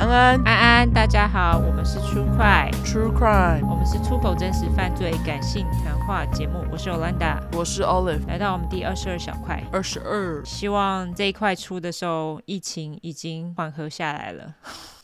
安安安，大家好，我们是出快， ，True Crime，我们是出口真实犯罪感性谈话节目，我是 Olanda，我是 Olive，来到我们第二十二小块。二十二，希望这一块出的时候，疫情已经缓和下来了。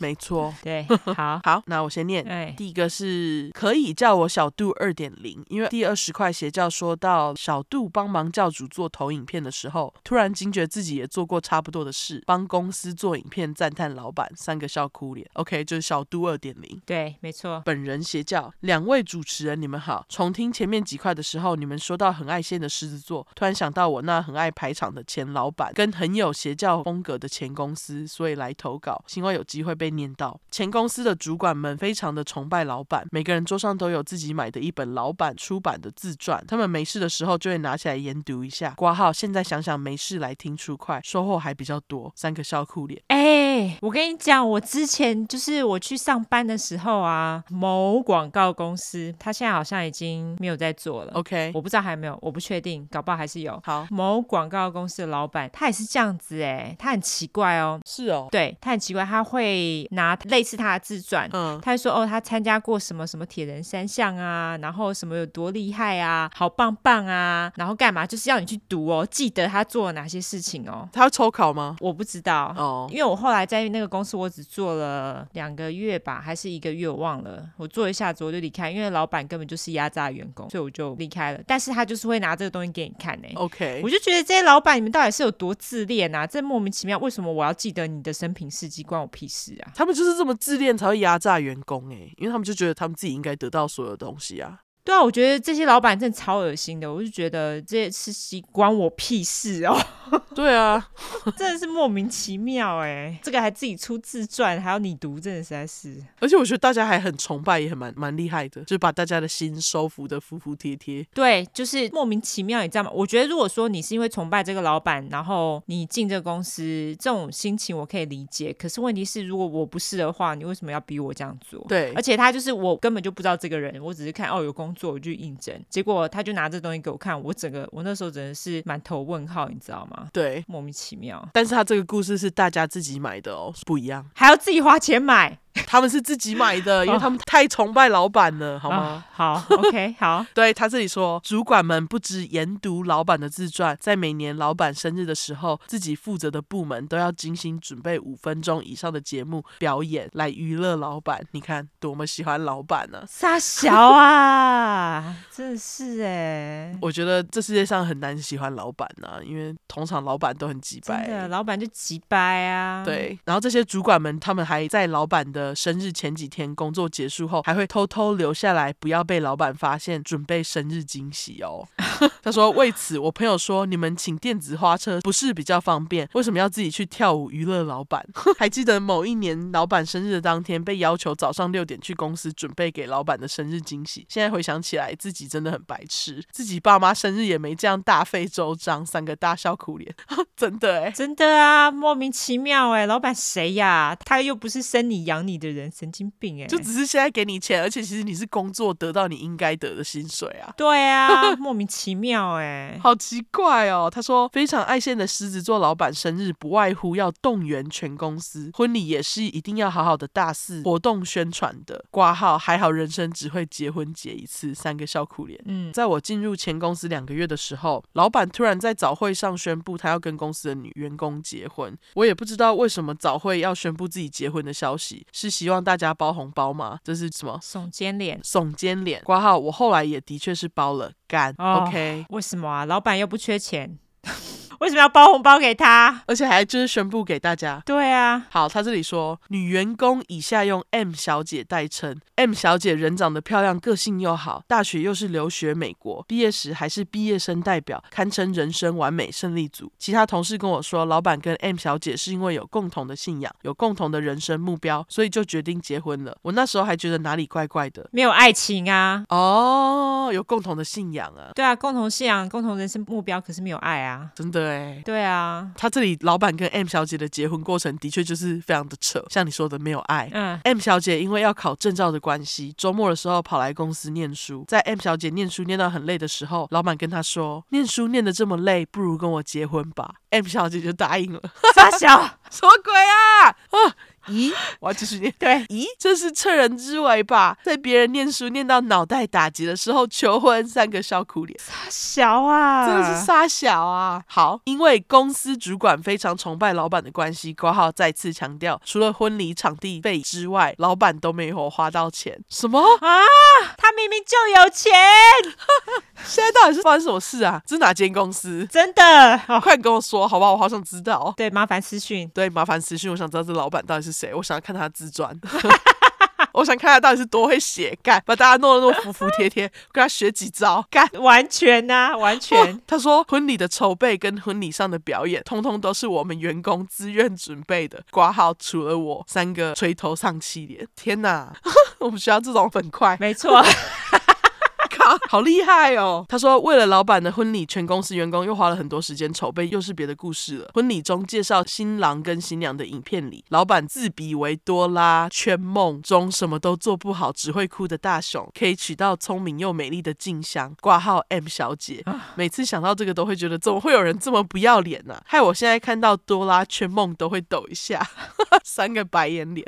没错。对，好，好，那我先念。哎，第一个是可以叫我小度二点零，因为第二十块邪教说到小度帮忙教主做投影片的时候，突然惊觉自己也做过差不多的事，帮公司做影片，赞叹老板，三个笑哭脸。OK，就是小度二点零。对，没错，本人邪教，两位主持人，你们好。重听前面几块的时候，你们说到很爱现的狮子座，突然想到我那很爱排场的前老板，跟很有邪教风格的前公司，所以来投稿，希望有机会被念到。前公司的主管们非常的崇拜老板，每个人桌上都有自己买的一本老板出版的自传，他们没事的时候就会拿起来研读一下。挂号，现在想想没事来听出快，收获还比较多。三个笑哭脸，哎、我跟你讲，我之前就是我去上班的时候啊，某广告公司，它现在好像已经没有在做了。 OK，我不知道还有没有，我不确定，搞不好还是有。嗯好，某广告公司的老板，他也是这样子哎，他很奇怪哦，是哦，对他很奇怪，他会拿类似他的自传。嗯，他就说哦，他参加过什么什么铁人三项啊，然后什么有多厉害啊，好棒棒啊，然后干嘛，就是要你去读哦，记得他做了哪些事情哦。他要抽考吗？我不知道，哦，因为我后来在那个公司，我只做了两个月吧，还是一个月，我忘了。我做一下子我就离开，因为老板根本就是压榨员工，所以我就离开了。但是他就是会拿这个东西给你看呢、欸 OK，我就觉得这些老板，你们到底是有多自恋啊？这莫名其妙，为什么我要记得你的生平事迹，关我屁事啊？他们就是这么自恋才会压榨员工哎、因为他们就觉得他们自己应该得到所有东西啊。对啊，我觉得这些老板真的超恶心的，我就觉得这些事情关我屁事哦， 对啊，真的是莫名其妙哎、这个还自己出自传，还要你读，真的实在是。而且我觉得大家还很崇拜，也很蛮蛮厉害的，就把大家的心收服的服服帖帖。对，就是莫名其妙，你知道吗？我觉得如果说你是因为崇拜这个老板，然后你进这个公司，这种心情我可以理解。可是问题是，如果我不是的话，你为什么要逼我这样做？对而且他就是我根本就不知道这个人，我只是看哦有工作我就应征，结果他就拿这东西给我看，我整个我那时候真的是满头问号，你知道吗？对，莫名其妙，但是他这个故事是大家自己买的哦，不一样，还要自己花钱买，他们是自己买的，因为他们太崇拜老板了，好吗？啊好，OK，好， 对他这里说，主管们不知研读老板的自传，在每年老板生日的时候，自己负责的部门都要精心准备五分钟以上的节目表演来娱乐老板。你看，多么喜欢老板呢、傻小啊，真的是哎、我觉得这世界上很难喜欢老板呐、因为通常老板都很鸡真的，掰。欸老板就急掰啊！，对，然后这些主管们，他们还在老板的生日前几天，工作结束后，还会偷偷留下来，不要被老板发现，准备生日惊喜哦。他说，为此我朋友说，你们请电子花车不是比较方便，为什么要自己去跳舞娱乐老板？ 还记得某一年老板生日的当天，被要求早上六点去公司准备给老板的生日惊喜。现在回想起来，自己真的很白痴，自己爸妈生日也没这样大费周章，三个大笑苦脸， 真的哎。真的啊，莫名其妙哎、老板谁呀、他又不是生你养你的人，神经病哎、就只是现在给你钱，而且其实你是工作得到你应该得的薪水啊。对啊，莫名其妙哎、 好奇怪哦！他说，非常爱现的狮子座老板生日，不外乎要动员全公司，婚礼也是一定要好好的大肆活动宣传的。挂号还好，人生只会结婚结一次，三个笑哭脸。嗯，在我进入前公司两个月的时候，老板突然在早会上宣布他要跟公司的女员工结婚。我也不知道为什么早会要宣布自己结婚的消息，是希望大家包红包吗？这是什么？耸肩脸，耸肩脸，挂号。我后来也的确是包了，干、哦 OK。为什么啊？老板又不缺钱， 为什么要包红包给他？而且还就是宣布给大家。对啊，好，他这里说，女员工以下用 M 小姐代称。M 小姐人长得漂亮，个性又好，大学又是留学美国，毕业时还是毕业生代表，堪称人生完美胜利组。其他同事跟我说，老板跟 M 小姐是因为有共同的信仰，有共同的人生目标，所以就决定结婚了。我那时候还觉得哪里怪怪的。没有爱情啊。哦，有共同的信仰啊，对啊，共同信仰、共同人生目标，可是没有爱啊。真的欸诶。对啊，他这里老板跟 M 小姐的结婚过程的确就是非常的扯，像你说的没有爱。 嗯， M 小姐因为要考证照的关系，周末的时候跑来公司念书。在 M 小姐念书念到很累的时候，老板跟她说：“念书念得这么累，不如跟我结婚吧。”M 小姐就答应了。傻小，什么鬼啊？啊，咦，我要继续念。对，咦，这是趁人之危吧？在别人念书念到脑袋打结的时候求婚，三个笑哭脸。小啊，真的是傻小啊！好，因为公司主管非常崇拜老板的关系，挂号再次强调，除了婚礼场地费之外，老板都没有花到钱。什么？啊！他明明就有钱，现在到底是发生什么事啊？这是哪间公司？真的。哦，快跟我说好不好？我好想知道。对，麻烦私讯。对，麻烦私讯，我想知道这老板到底是谁，我想要看他的自传。 我想看他到底是多会写，干把大家弄得那么服服帖帖，跟他学几招，干完全呐、完全哇他说婚礼的筹备跟婚礼上的表演，通通都是我们员工自愿准备的。挂号除了我三个垂头丧气脸，天哪， 我们需要这种粉块，没错。 靠，好厉害哦！他说，为了老板的婚礼，全公司员工又花了很多时间筹备，又是别的故事了。婚礼中介绍新郎跟新娘的影片里，老板自比为多拉圈梦中什么都做不好，只会哭的大熊，可以娶到聪明又美丽的静香，挂号 M 小姐。每次想到这个，都会觉得怎么会有人这么不要脸呢、害我现在看到多拉圈梦都会抖一下， 三个白眼脸。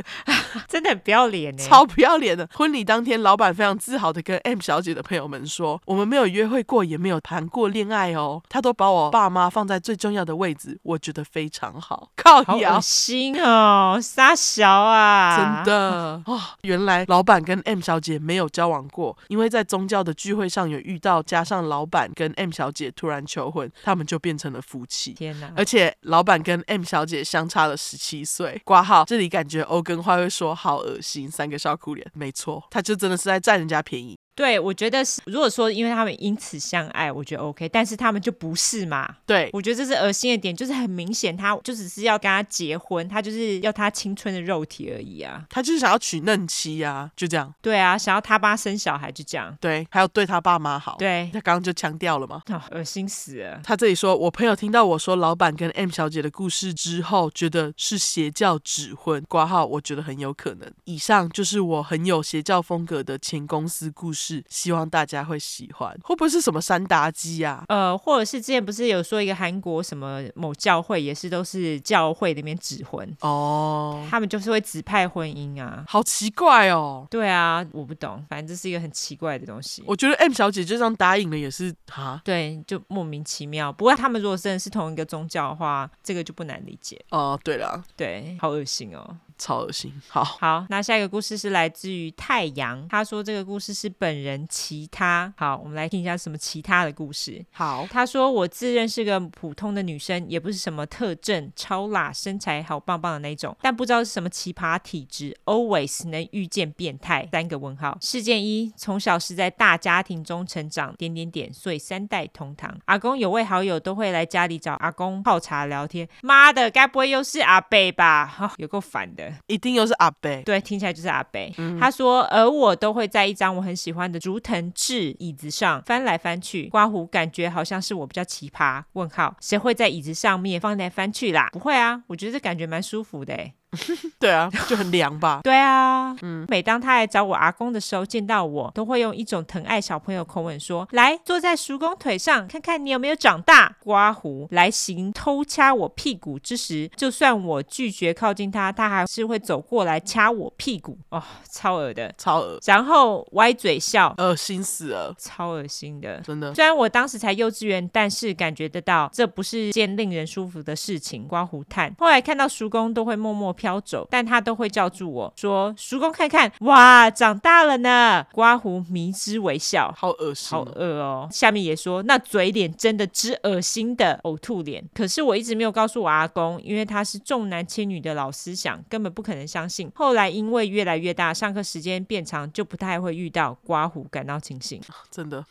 真的很不要脸欸呢、超不要脸的。婚礼当天，老板非常自豪的跟 M 小姐的朋友们说：“我们没有约会过，也没有谈过恋爱哦，他都把我爸妈放在最重要的位置，我觉得非常好。”靠好腰恶。心哦，傻小啊！真的哦，原来老板跟 M 小姐没有交往过，因为在宗教的聚会上有遇到，加上老板跟 M 小姐突然求婚，他们就变成了夫妻。天哪！而且老板跟 M 小姐相差了十七岁，挂号这里感觉欧根花会说好恶心，三个笑哭脸，没错，他就真的是在占人家便宜。对，我觉得是，如果说因为他们因此相爱，我觉得 OK，但是他们就不是嘛。对，我觉得这是恶心的点，就是很明显，他就只是要跟他结婚，他就是要他青春的肉体而已啊。他就是想要娶嫩妻啊，就这样。对啊，想要他爸生小孩就这样，对，还有对他爸妈好。，对，他刚刚就强调了嘛。哦恶心死了。他这里说，我朋友听到我说老板跟 M 小姐的故事之后，觉得是邪教指婚，挂号我觉得很有可能。以上就是我很有邪教风格的前公司故事，希望大家会喜欢。会不会是什么山达基啊？呃，或者是之前不是有说一个韩国什么某教会也是都是教会里面指婚，哦、他们就是会指派婚姻啊。好奇怪哦。对啊，我不懂，反正这是一个很奇怪的东西。我觉得 M 小姐就这样答应了，也是哈对，就莫名其妙。不过他们如果真的是同一个宗教的话，这个就不难理解。哦、对了，对，好恶心哦。超恶心。好，好，那下一个故事是来自于太阳，他说这个故事是本人其他。好，我们来听一下什么其他的故事。好，他说：“我自认是个普通的女生，也不是什么特正、超辣、身材好棒棒的那种，但不知道是什么奇葩体质，always 能遇见变态。”三个问号。事件一：从小是在大家庭中成长，点点点，所以三代同堂。阿公有位好友都会来家里找阿公泡茶聊天。妈的，该不会又是阿贝吧？ 哦、有够烦的。一定又是阿贝。对，听起来就是阿北。他说，而我都会在一张我很喜欢的竹藤制椅子上翻来翻去，刮胡，感觉好像是我比较奇葩。问号，谁会在椅子上面翻来翻去啦？不会啊，我觉得这感觉蛮舒服的欸诶。对啊，就很凉吧。对啊，嗯，每当他来找我阿公的时候，见到我都会用一种疼爱小朋友口吻说：“来，坐在叔公腿上，看看你有没有长大。”刮胡来行偷掐我屁股之时，就算我拒绝靠近他，他还是会走过来掐我屁股。哦，超恶的。超恶然后歪嘴笑，恶心死了，超恶心的。真的。虽然我当时才幼稚园，但是感觉得到这不是件令人舒服的事情。刮胡叹，后来看到叔公都会默默飘走，但他都会叫住我说：“叔公，看看，哇，长大了呢。”刮胡迷之微笑。好恶心好哦，恶哦！下面也说，那嘴脸真的之恶心的呕吐脸。可是我一直没有告诉我阿公，因为他是重男轻女的老思想，根本不可能相信。后来因为越来越大，上课时间变长，就不太会遇到刮胡，感到庆幸。真的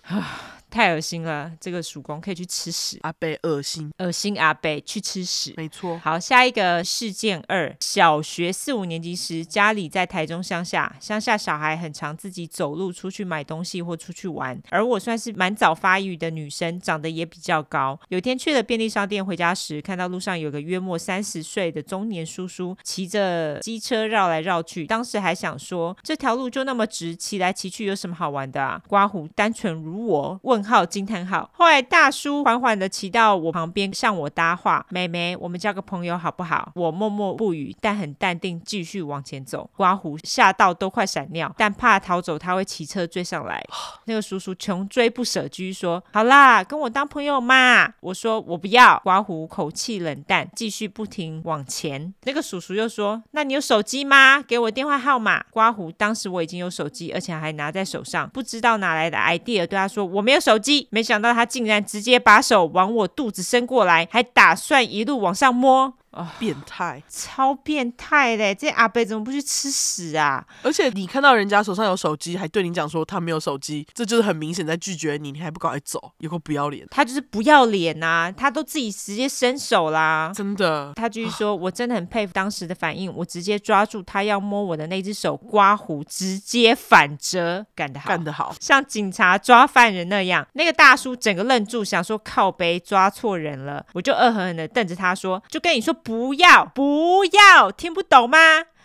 太恶心了，这个曙光可以去吃屎，阿贝恶心，恶心阿贝去吃屎。没错。好，下一个事件二，小学四五年级时，家里在台中乡下，乡下小孩很常自己走路出去买东西或出去玩，而我算是蛮早发育的女生，长得也比较高。有天去了便利商店，回家时看到路上有个约莫三十岁的中年叔叔骑着机车绕来绕去，当时还想说这条路就那么直，骑来骑去有什么好玩的啊？刮胡单纯如我，问问号惊叹号。后来大叔缓缓的骑到我旁边向我搭话：“妹妹，我们交个朋友好不好？”我默默不语，但很淡定，继续往前走。刮胡吓到都快闪尿，但怕逃走他会骑车追上来。那个叔叔穷追不舍，继续说：“好啦，跟我当朋友嘛。”我说：“我不要。”刮胡口气冷淡，继续不停往前。那个叔叔又说：“那你有手机吗？给我电话号码。”刮胡当时我已经有手机，而且还拿在手上，不知道哪来的 idea，对他说：“我没有手机。”没想到他竟然直接把手往我肚子伸过来，还打算一路往上摸。变态。超变态嘞！这阿伯怎么不去吃屎啊？而且你看到人家手上有手机，还对你讲说他没有手机，这就是很明显在拒绝你，你还不赶快走，有个不要脸，他就是不要脸呐、他都自己直接伸手啦。真的。他继续说：“我真的很佩服当时的反应，我直接抓住他要摸我的那只手，刮胡直接反折，干得好，干得好！像警察抓犯人那样。”那个大叔整个愣住，想说靠背抓错人了，我就恶狠狠的瞪着他说：“就跟你说不要，不要，听不懂吗？”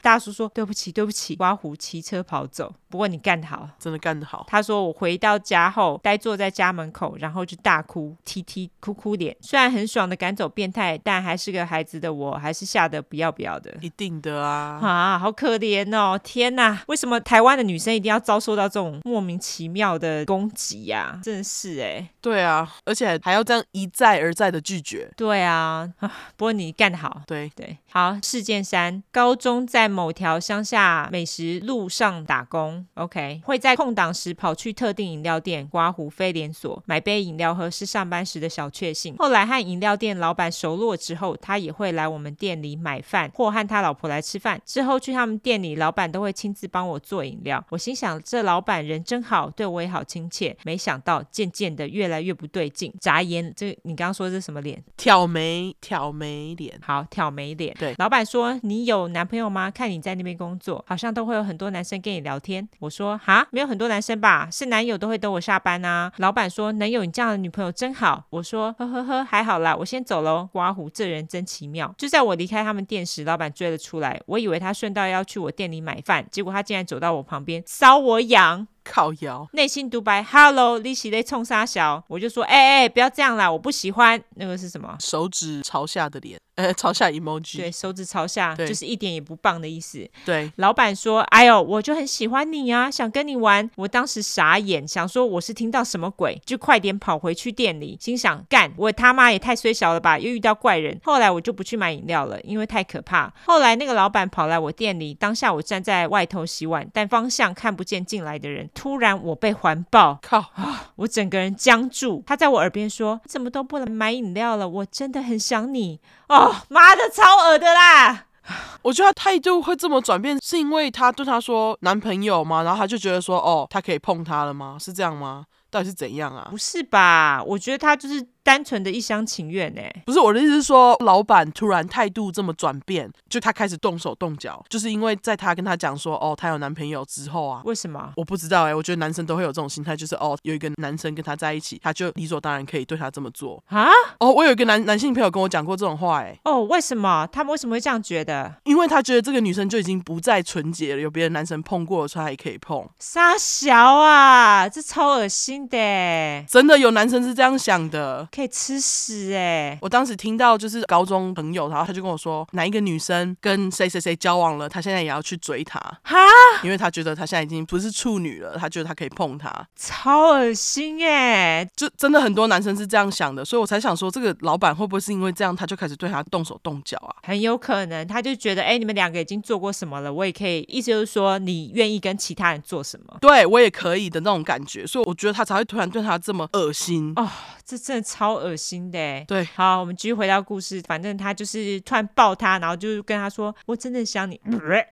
大叔说：“对不起，对不起。”刮胡骑车跑走。不过你干得好，真的干得好，他说我回到家后，呆坐在家门口，然后就大哭，啼啼哭哭脸。虽然很爽的赶走变态，但还是个孩子的我，还是吓得不要不要的。一定的啊！啊，好可怜哦！天哪，为什么台湾的女生一定要遭受到这种莫名其妙的攻击呀、真的是哎，对啊，而且还要这样一再而再的拒绝。对啊，啊不过你干得好，对，对，好，事件三，高中在某条乡下美食路上打工，OK，会在空档时跑去特定饮料店、刮胡非连锁买杯饮料喝，是上班时的小确幸。后来和饮料店老板熟络之后，他也会来我们店里买饭，或和他老婆来吃饭。之后去他们店里，老板都会亲自帮我做饮料。我心想，这老板人真好，对我也好亲切。没想到渐渐的越来越不对劲，眨眼，这你刚刚说这是什么脸？挑眉挑眉脸，好，挑眉脸。对老板说你有男朋友吗？看你在那边工作，好像都会有很多男生跟你聊天。我说哈，没有很多男生吧，是男友都会等我下班啊。老板说能有你这样的女朋友真好。我说呵呵呵，还好啦，我先走喽。刮胡，这人真奇妙。就在我离开他们店时，老板追了出来，我以为他顺道要去我店里买饭，结果他竟然走到我旁边搔我痒。靠腰，内心独白，Hello，你是在冲沙小？我就说，哎、哎、不要这样啦，我不喜欢。那个是什么？手指朝下的脸，呃，朝下 emoji。对，手指朝下，对就是一点也不棒的意思。对老板说：“哎呦，我就很喜欢你啊，想跟你玩。”我当时傻眼，想说我是听到什么鬼，就快点跑回去店里，心想干，我他妈也太衰小了吧，又遇到怪人。后来我就不去买饮料了，因为太可怕。后来那个老板跑来我店里，当下我站在外头洗碗，但方向看不见进来的人。突然我被环抱，靠，我整个人僵住。他在我耳边说：“怎么都不来买饮料了？我真的很想你。”哦，妈的，超恶的啦！我觉得他态度会这么转变，是因为他对他说男朋友吗？然后他就觉得说，哦，他可以碰他了吗？是这样吗？到底是怎样啊不？是吧？我觉得他就是单纯的一厢情愿哎、不是我的意思是说，老板突然态度这么转变，就他开始动手动脚，就是因为在他跟他讲说，哦，他有男朋友之后啊，为什么？我不知道哎、我觉得男生都会有这种心态，就是哦，有一个男生跟他在一起，他就理所当然可以对他这么做。啊？哦，我有一个男男性朋友跟我讲过这种话哎、哦，为什么他们为什么会这样觉得？因为他觉得这个女生就已经不再纯洁了，有别的男生碰过的时候，他也可以碰。傻小啊，这超恶心的欸，真的有男生是这样想的。可以吃屎哎！我当时听到就是高中朋友，然后他就跟我说，哪一个女生跟谁谁谁交往了，他现在也要去追她，哈，因为他觉得他现在已经不是处女了，他觉得他可以碰她。超恶心哎！就真的很多男生是这样想的，所以我才想说，这个老板会不会是因为这样，他就开始对她动手动脚啊？很有可能，他就觉得，哎、你们两个已经做过什么了，我也可以，意思就是说，你愿意跟其他人做什么？对我也可以的那种感觉，所以我觉得他才会突然对她这么恶心。哦，这真的超恶心的欸。对好，我们继续回到故事。反正他就是突然抱他，然后就跟他说：“我真的想你。”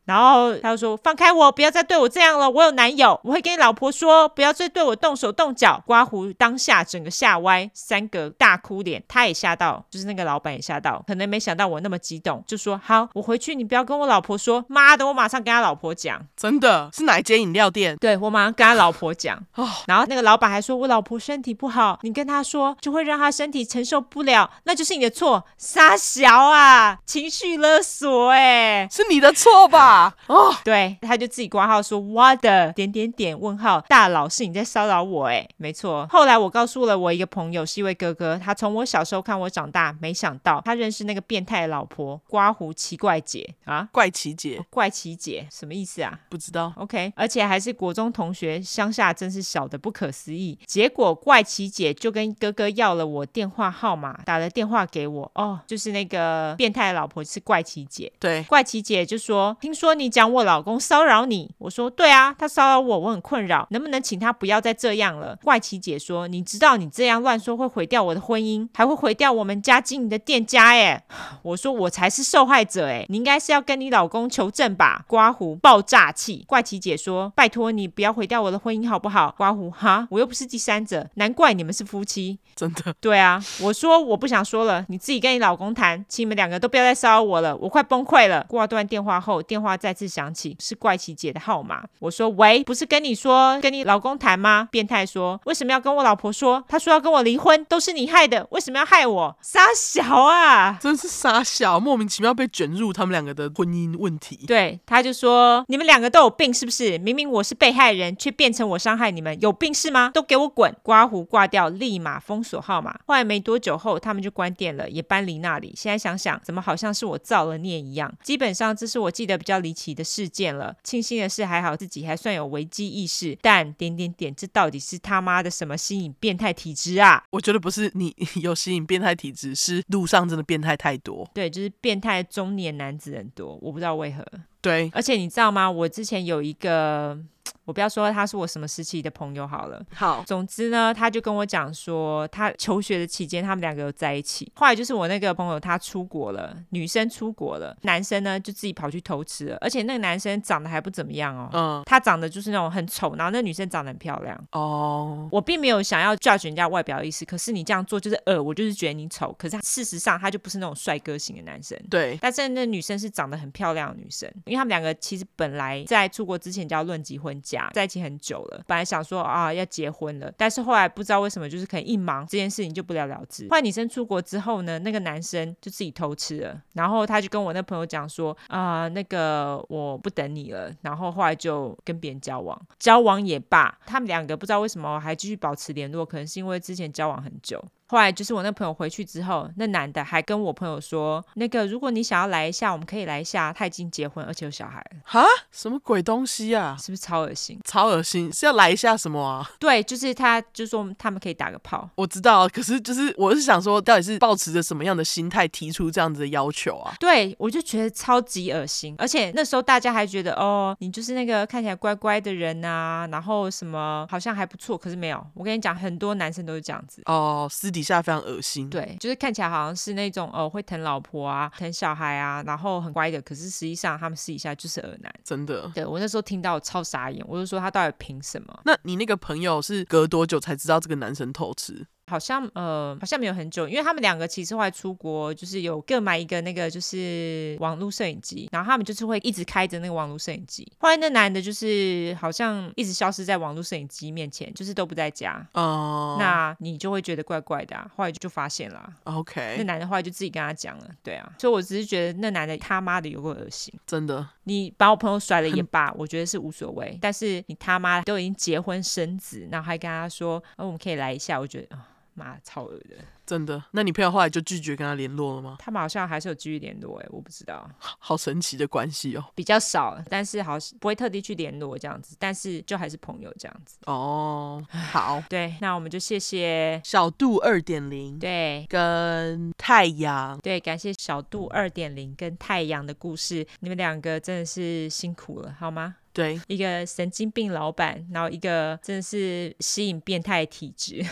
然后他就说：“放开我，不要再对我这样了，我有男友，我会跟你老婆说，不要再对我动手动脚。”刮胡当下整个吓歪，三个大哭脸，他也吓到，就是那个老板也吓到，可能没想到我那么激动，就说：“好，我回去，你不要跟我老婆说。”妈的，我马上跟他老婆讲。真的是哪一间饮料店？对我马上跟他老婆讲， 哦然后那个老板还说，我老婆身体不好，你跟她说就会让他身体承受不了，那就是你的错。傻小啊，情绪勒索哎、是你的错 吧？哦，对，他就自己挂号说 what the 点点点问号大佬是你在骚扰我哎，没错。后来我告诉了我一个朋友，是一位哥哥，他从我小时候看我长大，没想到他认识那个变态老婆刮胡奇怪姐啊，怪奇姐怪奇姐什么意思啊？不知道 OK，而且还是国中同学，乡下真是小的不可思议。结果怪奇姐就跟哥哥要了我电话号码，打了电话给我。哦，就是那个变态老婆是怪奇姐。对。怪奇姐就说：“听说你讲我老公骚扰你。”我说：“对啊，他骚扰我，我很困扰，能不能请他不要再这样了？”怪奇姐说：“你知道你这样乱说会毁掉我的婚姻，还会毁掉我们家经营的店家。”耶。 我说我才是受害者哎，你应该是要跟你老公求证吧？刮胡爆炸气，怪奇姐说：“拜托你不要毁掉我的婚姻好不好？”刮胡哈，我又不是第三者，难怪你们是夫妻。真 的，对啊，我说我不想说了，你自己跟你老公谈，请你们两个都不要再骚扰我了，我快崩溃了。挂断电话后，电话再次响起，是怪奇姐的号码。我说喂，不是跟你说跟你老公谈吗？变态说为什么要跟我老婆说？她说要跟我离婚，都是你害的，为什么要害我？傻小啊！真是傻小，莫名其妙被卷入他们两个的婚姻问题。对，他就说你们两个都有病是不是？明明我是被害人，却变成我伤害你们，有病是吗？都给我滚！刮胡挂掉，立马封锁号码。后来没多久后，他们就关店了，也搬离那里。现在想想，怎么好像是我造了孽一样？基本上这是我记得比较离奇的事件了。庆幸的是，还好自己还算有危机意识，但点点点，这到底是他妈的什么吸引变态体质啊？我觉得不是你有吸引变态体质，是路上真的变态太多。对，就是变态中年男子很多，我不知道为何。对，而且你知道吗？我之前有一个，我不要说他是我什么时期的朋友好了。好，总之呢，他就跟我讲说，他求学的期间，他们两个有在一起。后来就是我那个朋友，他出国了，女生出国了，男生呢就自己跑去偷吃了。而且那个男生长得还不怎么样哦，嗯，他长得就是那种很丑，然后那女生长得很漂亮。哦，我并没有想要 judge 人家外表的意思，可是你这样做就是呃，我就是觉得你丑。可是事实上，他就不是那种帅哥型的男生。对，但是那女生是长得很漂亮的女生，因为他们两个其实本来在出国之前就要论及婚嫁，在一起很久了，本来想说啊要结婚了，但是后来不知道为什么，就是可能一忙这件事情就不了了之。后来女生出国之后呢，那个男生就自己偷吃了，然后他就跟我那朋友讲说啊、那个我不等你了，然后后来就跟别人交往，交往也罢，他们两个不知道为什么还继续保持联络，可能是因为之前交往很久。后来就是我那朋友回去之后，那男的还跟我朋友说，那个如果你想要来一下，我们可以来一下。他已经结婚，而且有小孩了，哈，什么鬼东西啊？是不是超恶心？超恶心，是要来一下什么啊？对，就是他就说他们可以打个炮。我知道，可是就是我是想说，到底是抱持着什么样的心态提出这样子的要求啊？对，我就觉得超级恶心，而且那时候大家还觉得哦，你就是那个看起来乖乖的人呐、然后什么好像还不错，可是没有。我跟你讲，很多男生都是这样子，哦，私底下非常恶心。，对，就是看起来好像是那种哦会疼老婆啊、疼小孩啊，然后很乖的，可是实际上他们私底下就是恶男。真的。对我那时候听到超傻眼，我就说他到底凭什么？那你那个朋友是隔多久才知道这个男生偷吃？好像呃，好像没有很久，因为他们两个其实后来出国，就是有各买一个那个就是网络摄影机，然后他们就是会一直开着那个网络摄影机。后来那男的就是好像一直消失在网络摄影机面前，就是都不在家。哦、那你就会觉得怪怪的、啊，后来就发现了啊、那 OK，男的后来就自己跟他讲了，对啊，所以我只是觉得那男的他妈的有够恶心。真的你把我朋友甩了也罢，我觉得是无所谓。但是你他妈都已经结婚生子，然后还跟他说，呃，我们可以来一下，我觉得啊，妈超恶的。真的。那你朋友后来就拒绝跟他联络了吗？他们好像还是有继续联络、欸，我不知道，好神奇的关系哦。比较少，但是好像不会特地去联络这样子，但是就还是朋友这样子。哦、好，对，那我们就谢谢，小度二点零对。跟太阳，对，感谢小度二点零跟太阳的故事，你们两个真的是辛苦了，好吗？对，一个神经病老板，然后一个真的是吸引变态体质，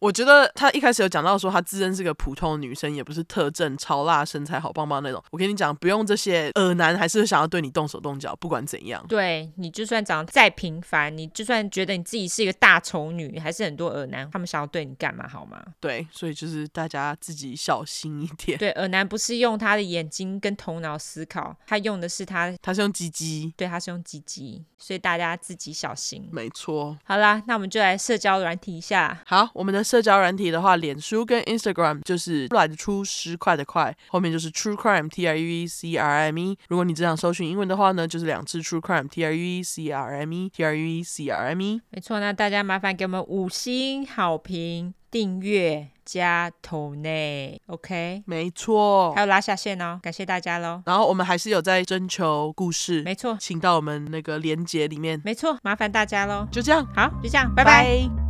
我觉得她一开始有讲到说，她自认是个普通的女生，也不是特正、超辣、身材好棒棒那种。我跟你讲，不用这些，耳男还是会想要对你动手动脚，不管怎样。对你就算长得再平凡，你就算觉得你自己是一个大丑女，还是很多耳男他们想要对你干嘛好吗？对，所以就是大家自己小心一点。对，耳男不是用他的眼睛跟头脑思考，他用的是他他是用鸡鸡，对，他是用鸡鸡，所以大家自己小心。没错。好啦，那我们就来社交软体一下。好，我们的社交软体的话，脸书跟 Instagram 就是来的出十块的块，后面就是 True Crime T R U E C R I M E。如果你只想搜寻英文的话呢，就是两次 True Crime T R U E C R I M E T R U E C R I M E。没错，那大家麻烦给我们五星好评、订阅加投内，OK？没错还。有拉下线哦，感谢大家喽。然后我们还是有在征求故事，没错，请到我们那个连接里面。没错，麻烦大家喽。就这样，好，就这样，拜拜。拜